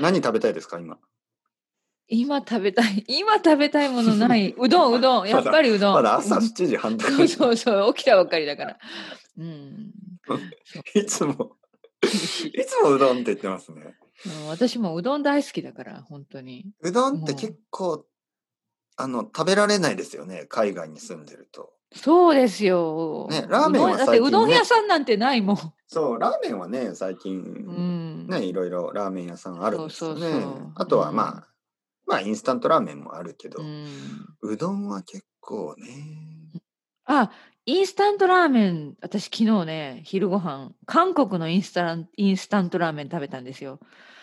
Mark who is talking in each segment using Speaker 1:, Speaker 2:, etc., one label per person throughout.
Speaker 1: 何食べたいですか、今。
Speaker 2: 今食べたい、 今食べたいも のない。うどん、うどん、やっぱりうどん。
Speaker 1: まだ朝7時半だ
Speaker 2: そうそうそう、起きたばっかりだから。うん。
Speaker 1: いつも、いつもうどんって言ってますね。
Speaker 2: うん私もうどん大好きだから、本当に。
Speaker 1: うどんって結構、あの、食べられないですよね、海外に住んでると。
Speaker 2: そうですよ。
Speaker 1: ねラーメンは
Speaker 2: うどんだ
Speaker 1: 最
Speaker 2: って
Speaker 1: 近ね
Speaker 2: うどん屋さんなんてないもん。
Speaker 1: そう、ラーメンはね、最近、
Speaker 2: うん。
Speaker 1: ね、いろいろラーメン屋さんあるんですよね。
Speaker 2: そうそうそう
Speaker 1: あとはまあ、
Speaker 2: うん
Speaker 1: まあインスタントラーメンもあるけど、
Speaker 2: う
Speaker 1: うんどんは結構ね、
Speaker 2: あ、インスタントラーメン、私昨日ね、昼ご飯、韓国のインスタランインスタントラーメン食べたんですよ。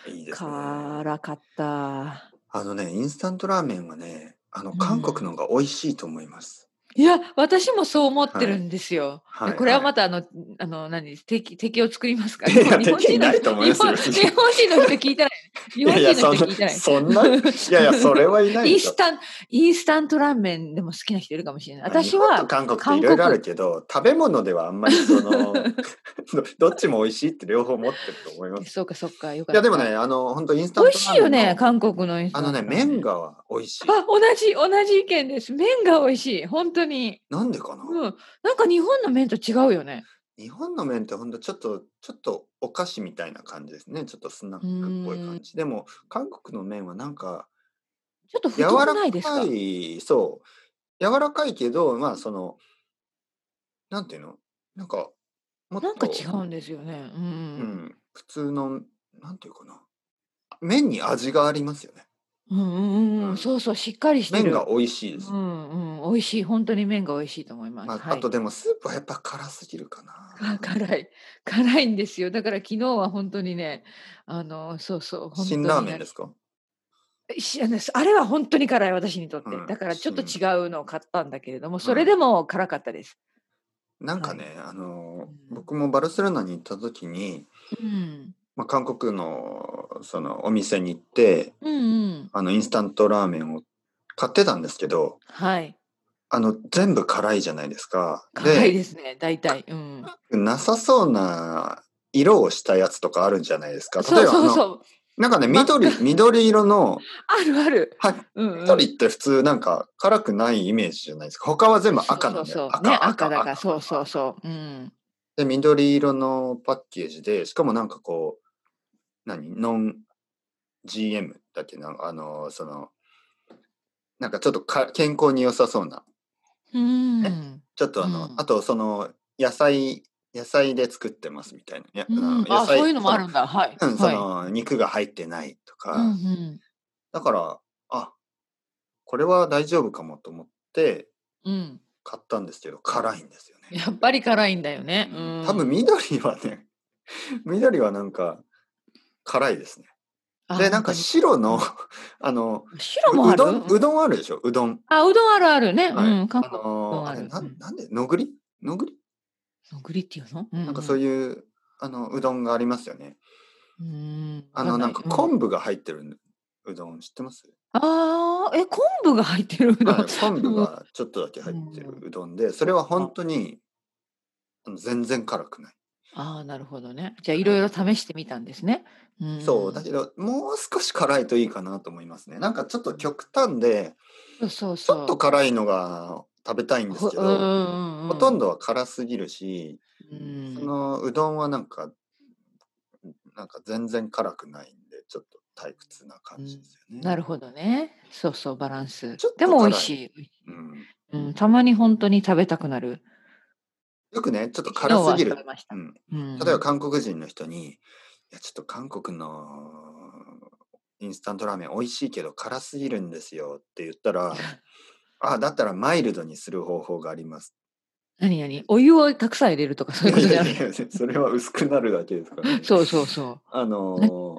Speaker 1: いいですね。あ
Speaker 2: 辛かった。
Speaker 1: のね、インスタントラーメンはね、あの
Speaker 2: うん
Speaker 1: 韓国の方が美味しいと思います。
Speaker 2: いや、私もそう思ってるんですよ。
Speaker 1: はいはい
Speaker 2: これはまた、あの、あの、何、敵、敵を作りますか
Speaker 1: いや
Speaker 2: 日本
Speaker 1: 敵い
Speaker 2: 人の
Speaker 1: ないと
Speaker 2: 人、
Speaker 1: 思いま
Speaker 2: 日
Speaker 1: すよ
Speaker 2: 本日本人の人聞いてない。日本人
Speaker 1: そ
Speaker 2: の
Speaker 1: ん
Speaker 2: 人聞いて
Speaker 1: な、
Speaker 2: ない。
Speaker 1: そんな、いやいや、それはいない
Speaker 2: イ
Speaker 1: で
Speaker 2: ン
Speaker 1: しょ
Speaker 2: ス。タン、インスタントラーメンでも好きな人いるかもしれない。私
Speaker 1: まあ日
Speaker 2: は
Speaker 1: 本と、韓国っていろいろあるけど食べ物ではあんまりその どどっちも美味しいって両方持ってると思います
Speaker 2: そうかそうか、よか
Speaker 1: い
Speaker 2: った。
Speaker 1: やでもねあの本当インスタン
Speaker 2: 美
Speaker 1: ト
Speaker 2: 味しいよね、
Speaker 1: 韓
Speaker 2: 韓国のインスタ
Speaker 1: あ
Speaker 2: ント
Speaker 1: の
Speaker 2: ラ
Speaker 1: ね
Speaker 2: ーメン。
Speaker 1: 麺が美味しい
Speaker 2: あ、同じ、同じ意見です。麺が美味しい。本当に。
Speaker 1: なんでかな、
Speaker 2: うん。なんか日本の麺と違うよね。
Speaker 1: 日本の麺ってほんとちょっとちょっとお菓子みたいな感じですねちょっとスナックっぽい感じでも韓国の麺はなんか
Speaker 2: ちょっと太
Speaker 1: 柔
Speaker 2: く
Speaker 1: ら
Speaker 2: ないですか
Speaker 1: かいそう柔らかいけどまあそのなんていうのなんかもっと
Speaker 2: なんか違うんですよね。う。
Speaker 1: うんん、普通のなんていうかな麺に味がありますよね
Speaker 2: うんうんうん
Speaker 1: う
Speaker 2: うんん、そうそう、しっかりしてる。
Speaker 1: 麺が美味しいです、
Speaker 2: うんうん、美味しい、本当に麺が美味しいと思います。
Speaker 1: まあ
Speaker 2: はい
Speaker 1: あとでもスープはやっぱ辛すぎるか
Speaker 2: か
Speaker 1: な
Speaker 2: 辛い、辛いんですよ。だから昨日は本当にね、あの、そうそう、本当
Speaker 1: 辛
Speaker 2: に
Speaker 1: ラーメンですか
Speaker 2: しあのあれは本当に辛い、私にとって
Speaker 1: うん。
Speaker 2: だからちょっと違うのを買ったんだけれども、
Speaker 1: ん
Speaker 2: それでも辛かったです。
Speaker 1: なんかね、あの
Speaker 2: うん
Speaker 1: 僕もバルセロナに行った時に、
Speaker 2: うん。
Speaker 1: まあ、韓国のそのお店に行って
Speaker 2: うんうん。
Speaker 1: あのインスタントラーメンを買ってたんですけど
Speaker 2: はい。
Speaker 1: あの全部辛いじゃないですか。
Speaker 2: 辛いですね、大体。うん。
Speaker 1: なさそうな色をしたやつとかあるじゃないですか。例
Speaker 2: そ
Speaker 1: え
Speaker 2: う
Speaker 1: ば
Speaker 2: そう
Speaker 1: あの
Speaker 2: そう。
Speaker 1: なんかね
Speaker 2: 真っ赤
Speaker 1: 緑緑色の
Speaker 2: あるある。
Speaker 1: はい
Speaker 2: うんうん。
Speaker 1: 緑って普通なんか辛くないイメージじゃないですか。他は全部赤なんだ
Speaker 2: そう
Speaker 1: よ。
Speaker 2: そうそう。ね、赤だ
Speaker 1: 赤
Speaker 2: から、そうそうそう。うん。
Speaker 1: で緑色のパッケージでしかもなんかこう何ノン GM だっけなあのそのなんかちょっとか健康に良さそうな
Speaker 2: うん。
Speaker 1: ちょっとあの、
Speaker 2: うん
Speaker 1: あとその野菜野菜で作ってますみたいなや、
Speaker 2: うん、
Speaker 1: の
Speaker 2: あ、
Speaker 1: 野菜
Speaker 2: そういうのもあるんだ。はい。
Speaker 1: その,、うん、そ
Speaker 2: は
Speaker 1: の肉が入ってないと
Speaker 2: い。
Speaker 1: か、
Speaker 2: うんうん。
Speaker 1: だからあこれは大丈夫かもと思って
Speaker 2: うん、
Speaker 1: 買ったんですけど辛いんですよね
Speaker 2: やっぱり辛いんだよね。うん、
Speaker 1: 多分緑はね 緑はなんか辛いですね
Speaker 2: あ
Speaker 1: でなんか
Speaker 2: 本
Speaker 1: 白の あの
Speaker 2: 当に白もあ
Speaker 1: う
Speaker 2: る
Speaker 1: どんうどんあるでしょうどん、
Speaker 2: あうどんあるあるね。
Speaker 1: はい
Speaker 2: うん、韓
Speaker 1: あ
Speaker 2: 国
Speaker 1: のー
Speaker 2: うどん
Speaker 1: あ
Speaker 2: ある
Speaker 1: れな
Speaker 2: うん
Speaker 1: なんでのぐりのぐり
Speaker 2: のグリっていうの、うん、
Speaker 1: なんかそう
Speaker 2: い
Speaker 1: いうあのうどんがありますよね
Speaker 2: うん。うん、
Speaker 1: あの
Speaker 2: わ
Speaker 1: なん
Speaker 2: い
Speaker 1: か
Speaker 2: うん
Speaker 1: 昆布が入ってるうどん知ってます、
Speaker 2: あーえ昆布が入ってるうどん
Speaker 1: はい、昆布がちょっとだけ入ってるうどんでそれは本当にあの全然辛くない
Speaker 2: ああなるほどね。じゃあいろいろ試してみたんですね。うん、
Speaker 1: そうだけどもう少し辛いといいかなと思いますねなんかちょっと極端で
Speaker 2: そうそう
Speaker 1: ち
Speaker 2: そう。
Speaker 1: ょっと辛いのが食べたいんですけ
Speaker 2: ほう
Speaker 1: ど
Speaker 2: んうんうん、
Speaker 1: ほとんどは辛すぎるし
Speaker 2: うん
Speaker 1: そのうどんはなんかなんか全然辛くないんでちょっと退屈な感じですよね。
Speaker 2: なるほどね。そうそうバランス
Speaker 1: ちょっと。
Speaker 2: で
Speaker 1: 辛い
Speaker 2: も美味しい。
Speaker 1: うん
Speaker 2: うん、たまに本当に食べたくなる。
Speaker 1: よくねちょっと
Speaker 2: 昨日
Speaker 1: 辛す
Speaker 2: は
Speaker 1: ぎ
Speaker 2: 食べ
Speaker 1: る、
Speaker 2: ました
Speaker 1: うん、
Speaker 2: うん
Speaker 1: 例えば韓国人の人に「いやちょっと韓国のインスタントラーメン美味しいけど辛すぎるんですよ」って言った ら「あだったらマイルドにする方法があります」
Speaker 2: 何何お湯をたくさん入れるとかそう いうことじゃな い
Speaker 1: やいやいやそれは薄くなるだけですから、ね、
Speaker 2: そうそうそう。
Speaker 1: あのー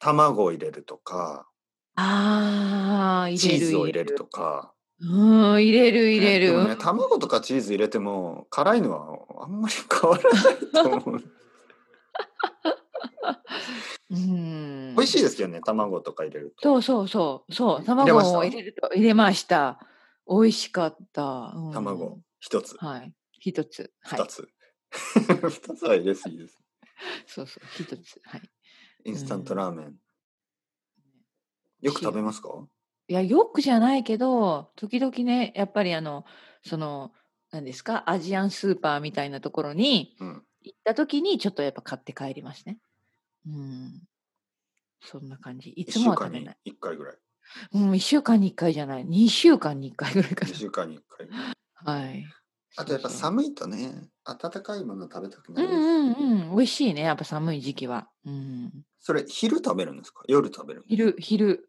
Speaker 1: 卵を入れるとか
Speaker 2: ああ、
Speaker 1: チ
Speaker 2: 入れる
Speaker 1: ーズを入
Speaker 2: 入れ
Speaker 1: れ
Speaker 2: る
Speaker 1: る。とか。
Speaker 2: うん、入れる入れ
Speaker 1: ねでも
Speaker 2: る。
Speaker 1: ね、卵とかチーズ入れても辛いのはあんまり変わらない と思う
Speaker 2: うん。
Speaker 1: 美味しいですよね卵とか入れると
Speaker 2: そうそうそう。そう、
Speaker 1: 入れました
Speaker 2: 卵を入れると入れました。美味しかった。うん
Speaker 1: 卵。一つ
Speaker 2: はい。一つ。はい
Speaker 1: 二。 つ二つは入れすぎです
Speaker 2: そうそう。一つ。はい。
Speaker 1: インスタントラーメンよく食べますか
Speaker 2: いや、よくじゃないけど、時々ね、やっぱりあの、その、何ですか、アジアンスーパーみたいなところに
Speaker 1: うん。
Speaker 2: 行った時に、ちょっとやっぱ買って帰りますね。うん。そんな感じ。い
Speaker 1: 1
Speaker 2: つ
Speaker 1: 週
Speaker 2: もは
Speaker 1: 間
Speaker 2: 食べ
Speaker 1: に
Speaker 2: ない。
Speaker 1: 1回 ぐらい。
Speaker 2: うん、1週間に1回じゃない。2週間に1回ぐらいか
Speaker 1: 2週間に1回。
Speaker 2: な。はい。
Speaker 1: あとやっぱ
Speaker 2: そうそう
Speaker 1: 寒いとね、暖かいもの食べたくな
Speaker 2: う
Speaker 1: る。
Speaker 2: んうんうん。美味しいね。やっぱ寒い時期は。うん。
Speaker 1: それ、昼食べるんですか夜食べるんですか
Speaker 2: 昼、昼。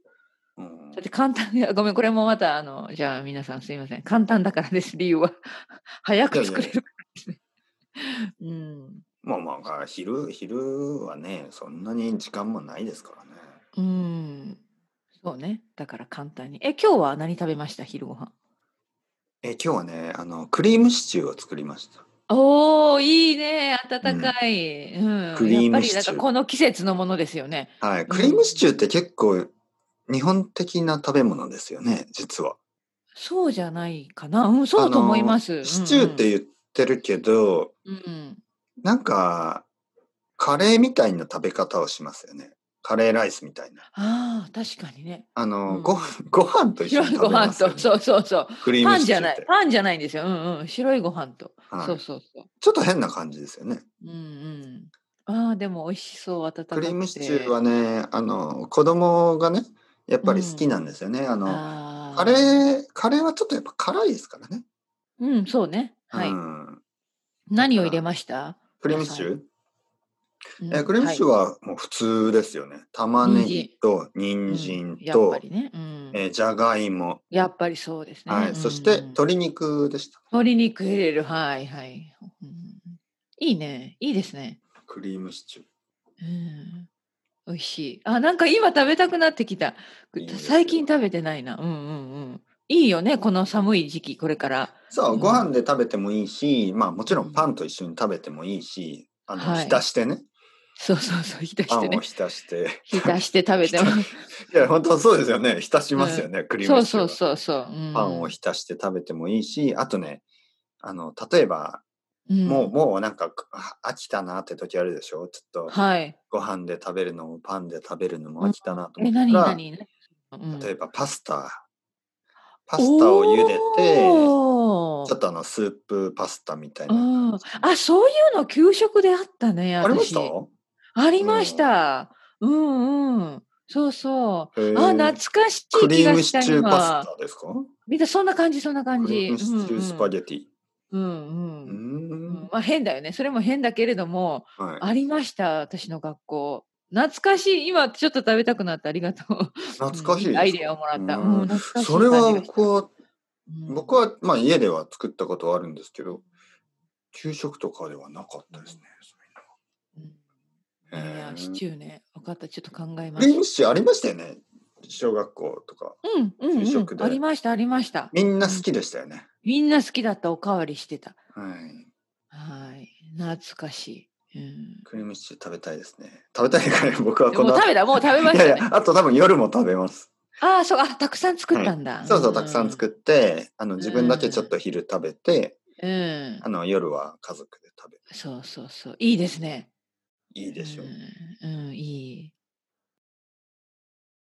Speaker 1: うん
Speaker 2: だって簡単で、ごめん、これもまた、あの、じゃあ皆さんすいません。簡単だからです、理由は。 早く作れるからですね。うん。
Speaker 1: まあまあ、昼、昼はね、そんなに時間もないですからね。
Speaker 2: うん。そうね。だから簡単に。え、今日は何食べました昼ご飯。
Speaker 1: え、今日はね、あの、クリームシチューを作りました。
Speaker 2: おー、いいね。暖かい。うん。
Speaker 1: クリームシチュー
Speaker 2: やっぱり、なんかこの季節のものですよね。
Speaker 1: はい。クリームシチューって結構、日本的な食べ物ですよね、実は。
Speaker 2: そうじゃないかな。うん、そうだと思いま
Speaker 1: あ
Speaker 2: す。
Speaker 1: のシチューって言ってるけど、
Speaker 2: うんうん。
Speaker 1: なんか、カレーみたいな食べ方をしますよね。カレーライスみたいな。
Speaker 2: ああ、確かにね。
Speaker 1: あの、
Speaker 2: うん
Speaker 1: ごご飯と一緒
Speaker 2: 白
Speaker 1: に
Speaker 2: いご
Speaker 1: 食べま
Speaker 2: 飯
Speaker 1: すよ、
Speaker 2: と、
Speaker 1: ね。
Speaker 2: そうそうそう。
Speaker 1: クリー
Speaker 2: パ
Speaker 1: ム
Speaker 2: ン
Speaker 1: シチ
Speaker 2: じ
Speaker 1: ュ
Speaker 2: ゃ
Speaker 1: ー
Speaker 2: な
Speaker 1: っ
Speaker 2: い
Speaker 1: て。。
Speaker 2: パンじゃないんですよ。うんうん。白いご飯と。
Speaker 1: はい
Speaker 2: そうそうそう。
Speaker 1: ちょっと変な感じですよね。
Speaker 2: うんうん。ああ、でも美味しそう、温かくて。
Speaker 1: クリームシチューはね、あの、子供がね、やっぱり好きなんですよね。あの、
Speaker 2: ああ
Speaker 1: カレー、カレーはちょっとやっぱ辛いですからね。
Speaker 2: うん、そうね。はい。
Speaker 1: うん、
Speaker 2: 何を入れました
Speaker 1: クリームシチュー、
Speaker 2: うん
Speaker 1: えクリームシチューはもう普通ですよね。玉ねぎと人
Speaker 2: い
Speaker 1: 参
Speaker 2: うんやっ
Speaker 1: と
Speaker 2: ぱ、りね。うん
Speaker 1: えーじゃがいも、
Speaker 2: やっぱりそうですね。
Speaker 1: は
Speaker 2: う
Speaker 1: い、
Speaker 2: ん
Speaker 1: そして
Speaker 2: うん
Speaker 1: 鶏肉でした。
Speaker 2: 鶏肉入れる。はいはい。うんいいね。いいですね。
Speaker 1: クリームシチュー。
Speaker 2: うん美味しい。あ、なんか今食べたくなってきた。
Speaker 1: いいですよ
Speaker 2: 最近食べてないな。うんうんうん。いいよね、この寒い時期、これから。
Speaker 1: そう、
Speaker 2: うん
Speaker 1: ご飯で食べてもいいし、まあもちろ
Speaker 2: うん
Speaker 1: んパンと一緒に食べてもいいし、あの、
Speaker 2: はい
Speaker 1: 浸してね、
Speaker 2: そうそうそう、浸 し
Speaker 1: パ
Speaker 2: て
Speaker 1: ン
Speaker 2: ね
Speaker 1: を。浸して。
Speaker 2: 浸して食べても。
Speaker 1: いや、本当そうですよね。浸しますよね、クリー
Speaker 2: そう
Speaker 1: ムシチュー
Speaker 2: そ
Speaker 1: は。
Speaker 2: うそうそう。うん
Speaker 1: パンを浸して食べてもいいし、あとね、あの、例えば、
Speaker 2: うん
Speaker 1: もう、もうなんか、あ飽きたなって時あるでしょちょっと、
Speaker 2: はい。
Speaker 1: ご飯で食べるのもパンで食べるのも飽きたなと思
Speaker 2: え、
Speaker 1: った
Speaker 2: 何
Speaker 1: ら、
Speaker 2: 何何うん
Speaker 1: 例えばパスタ。パスタを茹でて、
Speaker 2: おー
Speaker 1: ちょっとあの、スープパスタみたいな。
Speaker 2: うんあ、そういうの給食であったね。
Speaker 1: ありました
Speaker 2: 私ありました。うんうん。そうそう。あ、懐かしい
Speaker 1: クリ
Speaker 2: 気
Speaker 1: ー
Speaker 2: が
Speaker 1: ム
Speaker 2: し
Speaker 1: シ
Speaker 2: た
Speaker 1: チューパ
Speaker 2: 今
Speaker 1: ス。タですか
Speaker 2: みんなそんな感じ、そんな感
Speaker 1: クリ
Speaker 2: じ。
Speaker 1: ームシチュースパ
Speaker 2: ゲ
Speaker 1: ゲティ。
Speaker 2: うんうん
Speaker 1: うー
Speaker 2: うんうん
Speaker 1: ん。
Speaker 2: まあ変だよね。それも変だけれども、
Speaker 1: はい。
Speaker 2: ありました、私の学校。懐かしい。今ちょっと食べたくなった。ありがとう。
Speaker 1: 懐かしいです
Speaker 2: うんアイデアをもらった。
Speaker 1: うん
Speaker 2: うん、懐かしい
Speaker 1: それは僕は、僕
Speaker 2: は、
Speaker 1: は、まあ家では作ったことはあるんですけど、給食とかではなかったですね。
Speaker 2: うんいや
Speaker 1: へ、ー
Speaker 2: シチューね。分かった。ちょっと考えま
Speaker 1: クリ
Speaker 2: す
Speaker 1: ー。ムシチューありましたよね。小学校とか。
Speaker 2: うん、う
Speaker 1: 給
Speaker 2: ん、う
Speaker 1: 食
Speaker 2: ん。
Speaker 1: で
Speaker 2: ありました、ありました。
Speaker 1: みんな好きでしたよね。
Speaker 2: みんな好きだった。おかわりしてた。
Speaker 1: はい。
Speaker 2: はい。懐かしい。うん。
Speaker 1: クリームシチュー食べたいですね。食べたいから僕はこ
Speaker 2: も
Speaker 1: の
Speaker 2: う食べた、もう食べました、ね。
Speaker 1: いやいや、あと多分夜も食べます。
Speaker 2: ああ、そう、あ、たくさん作ったんだ。
Speaker 1: そうそう、たくさん作って、あの自分だけちょっと昼食べて、
Speaker 2: うん。うん
Speaker 1: あ。の夜は家族で食べる。
Speaker 2: そうそうそう。いいですね。
Speaker 1: いいでしょう。
Speaker 2: うん、うん、いい。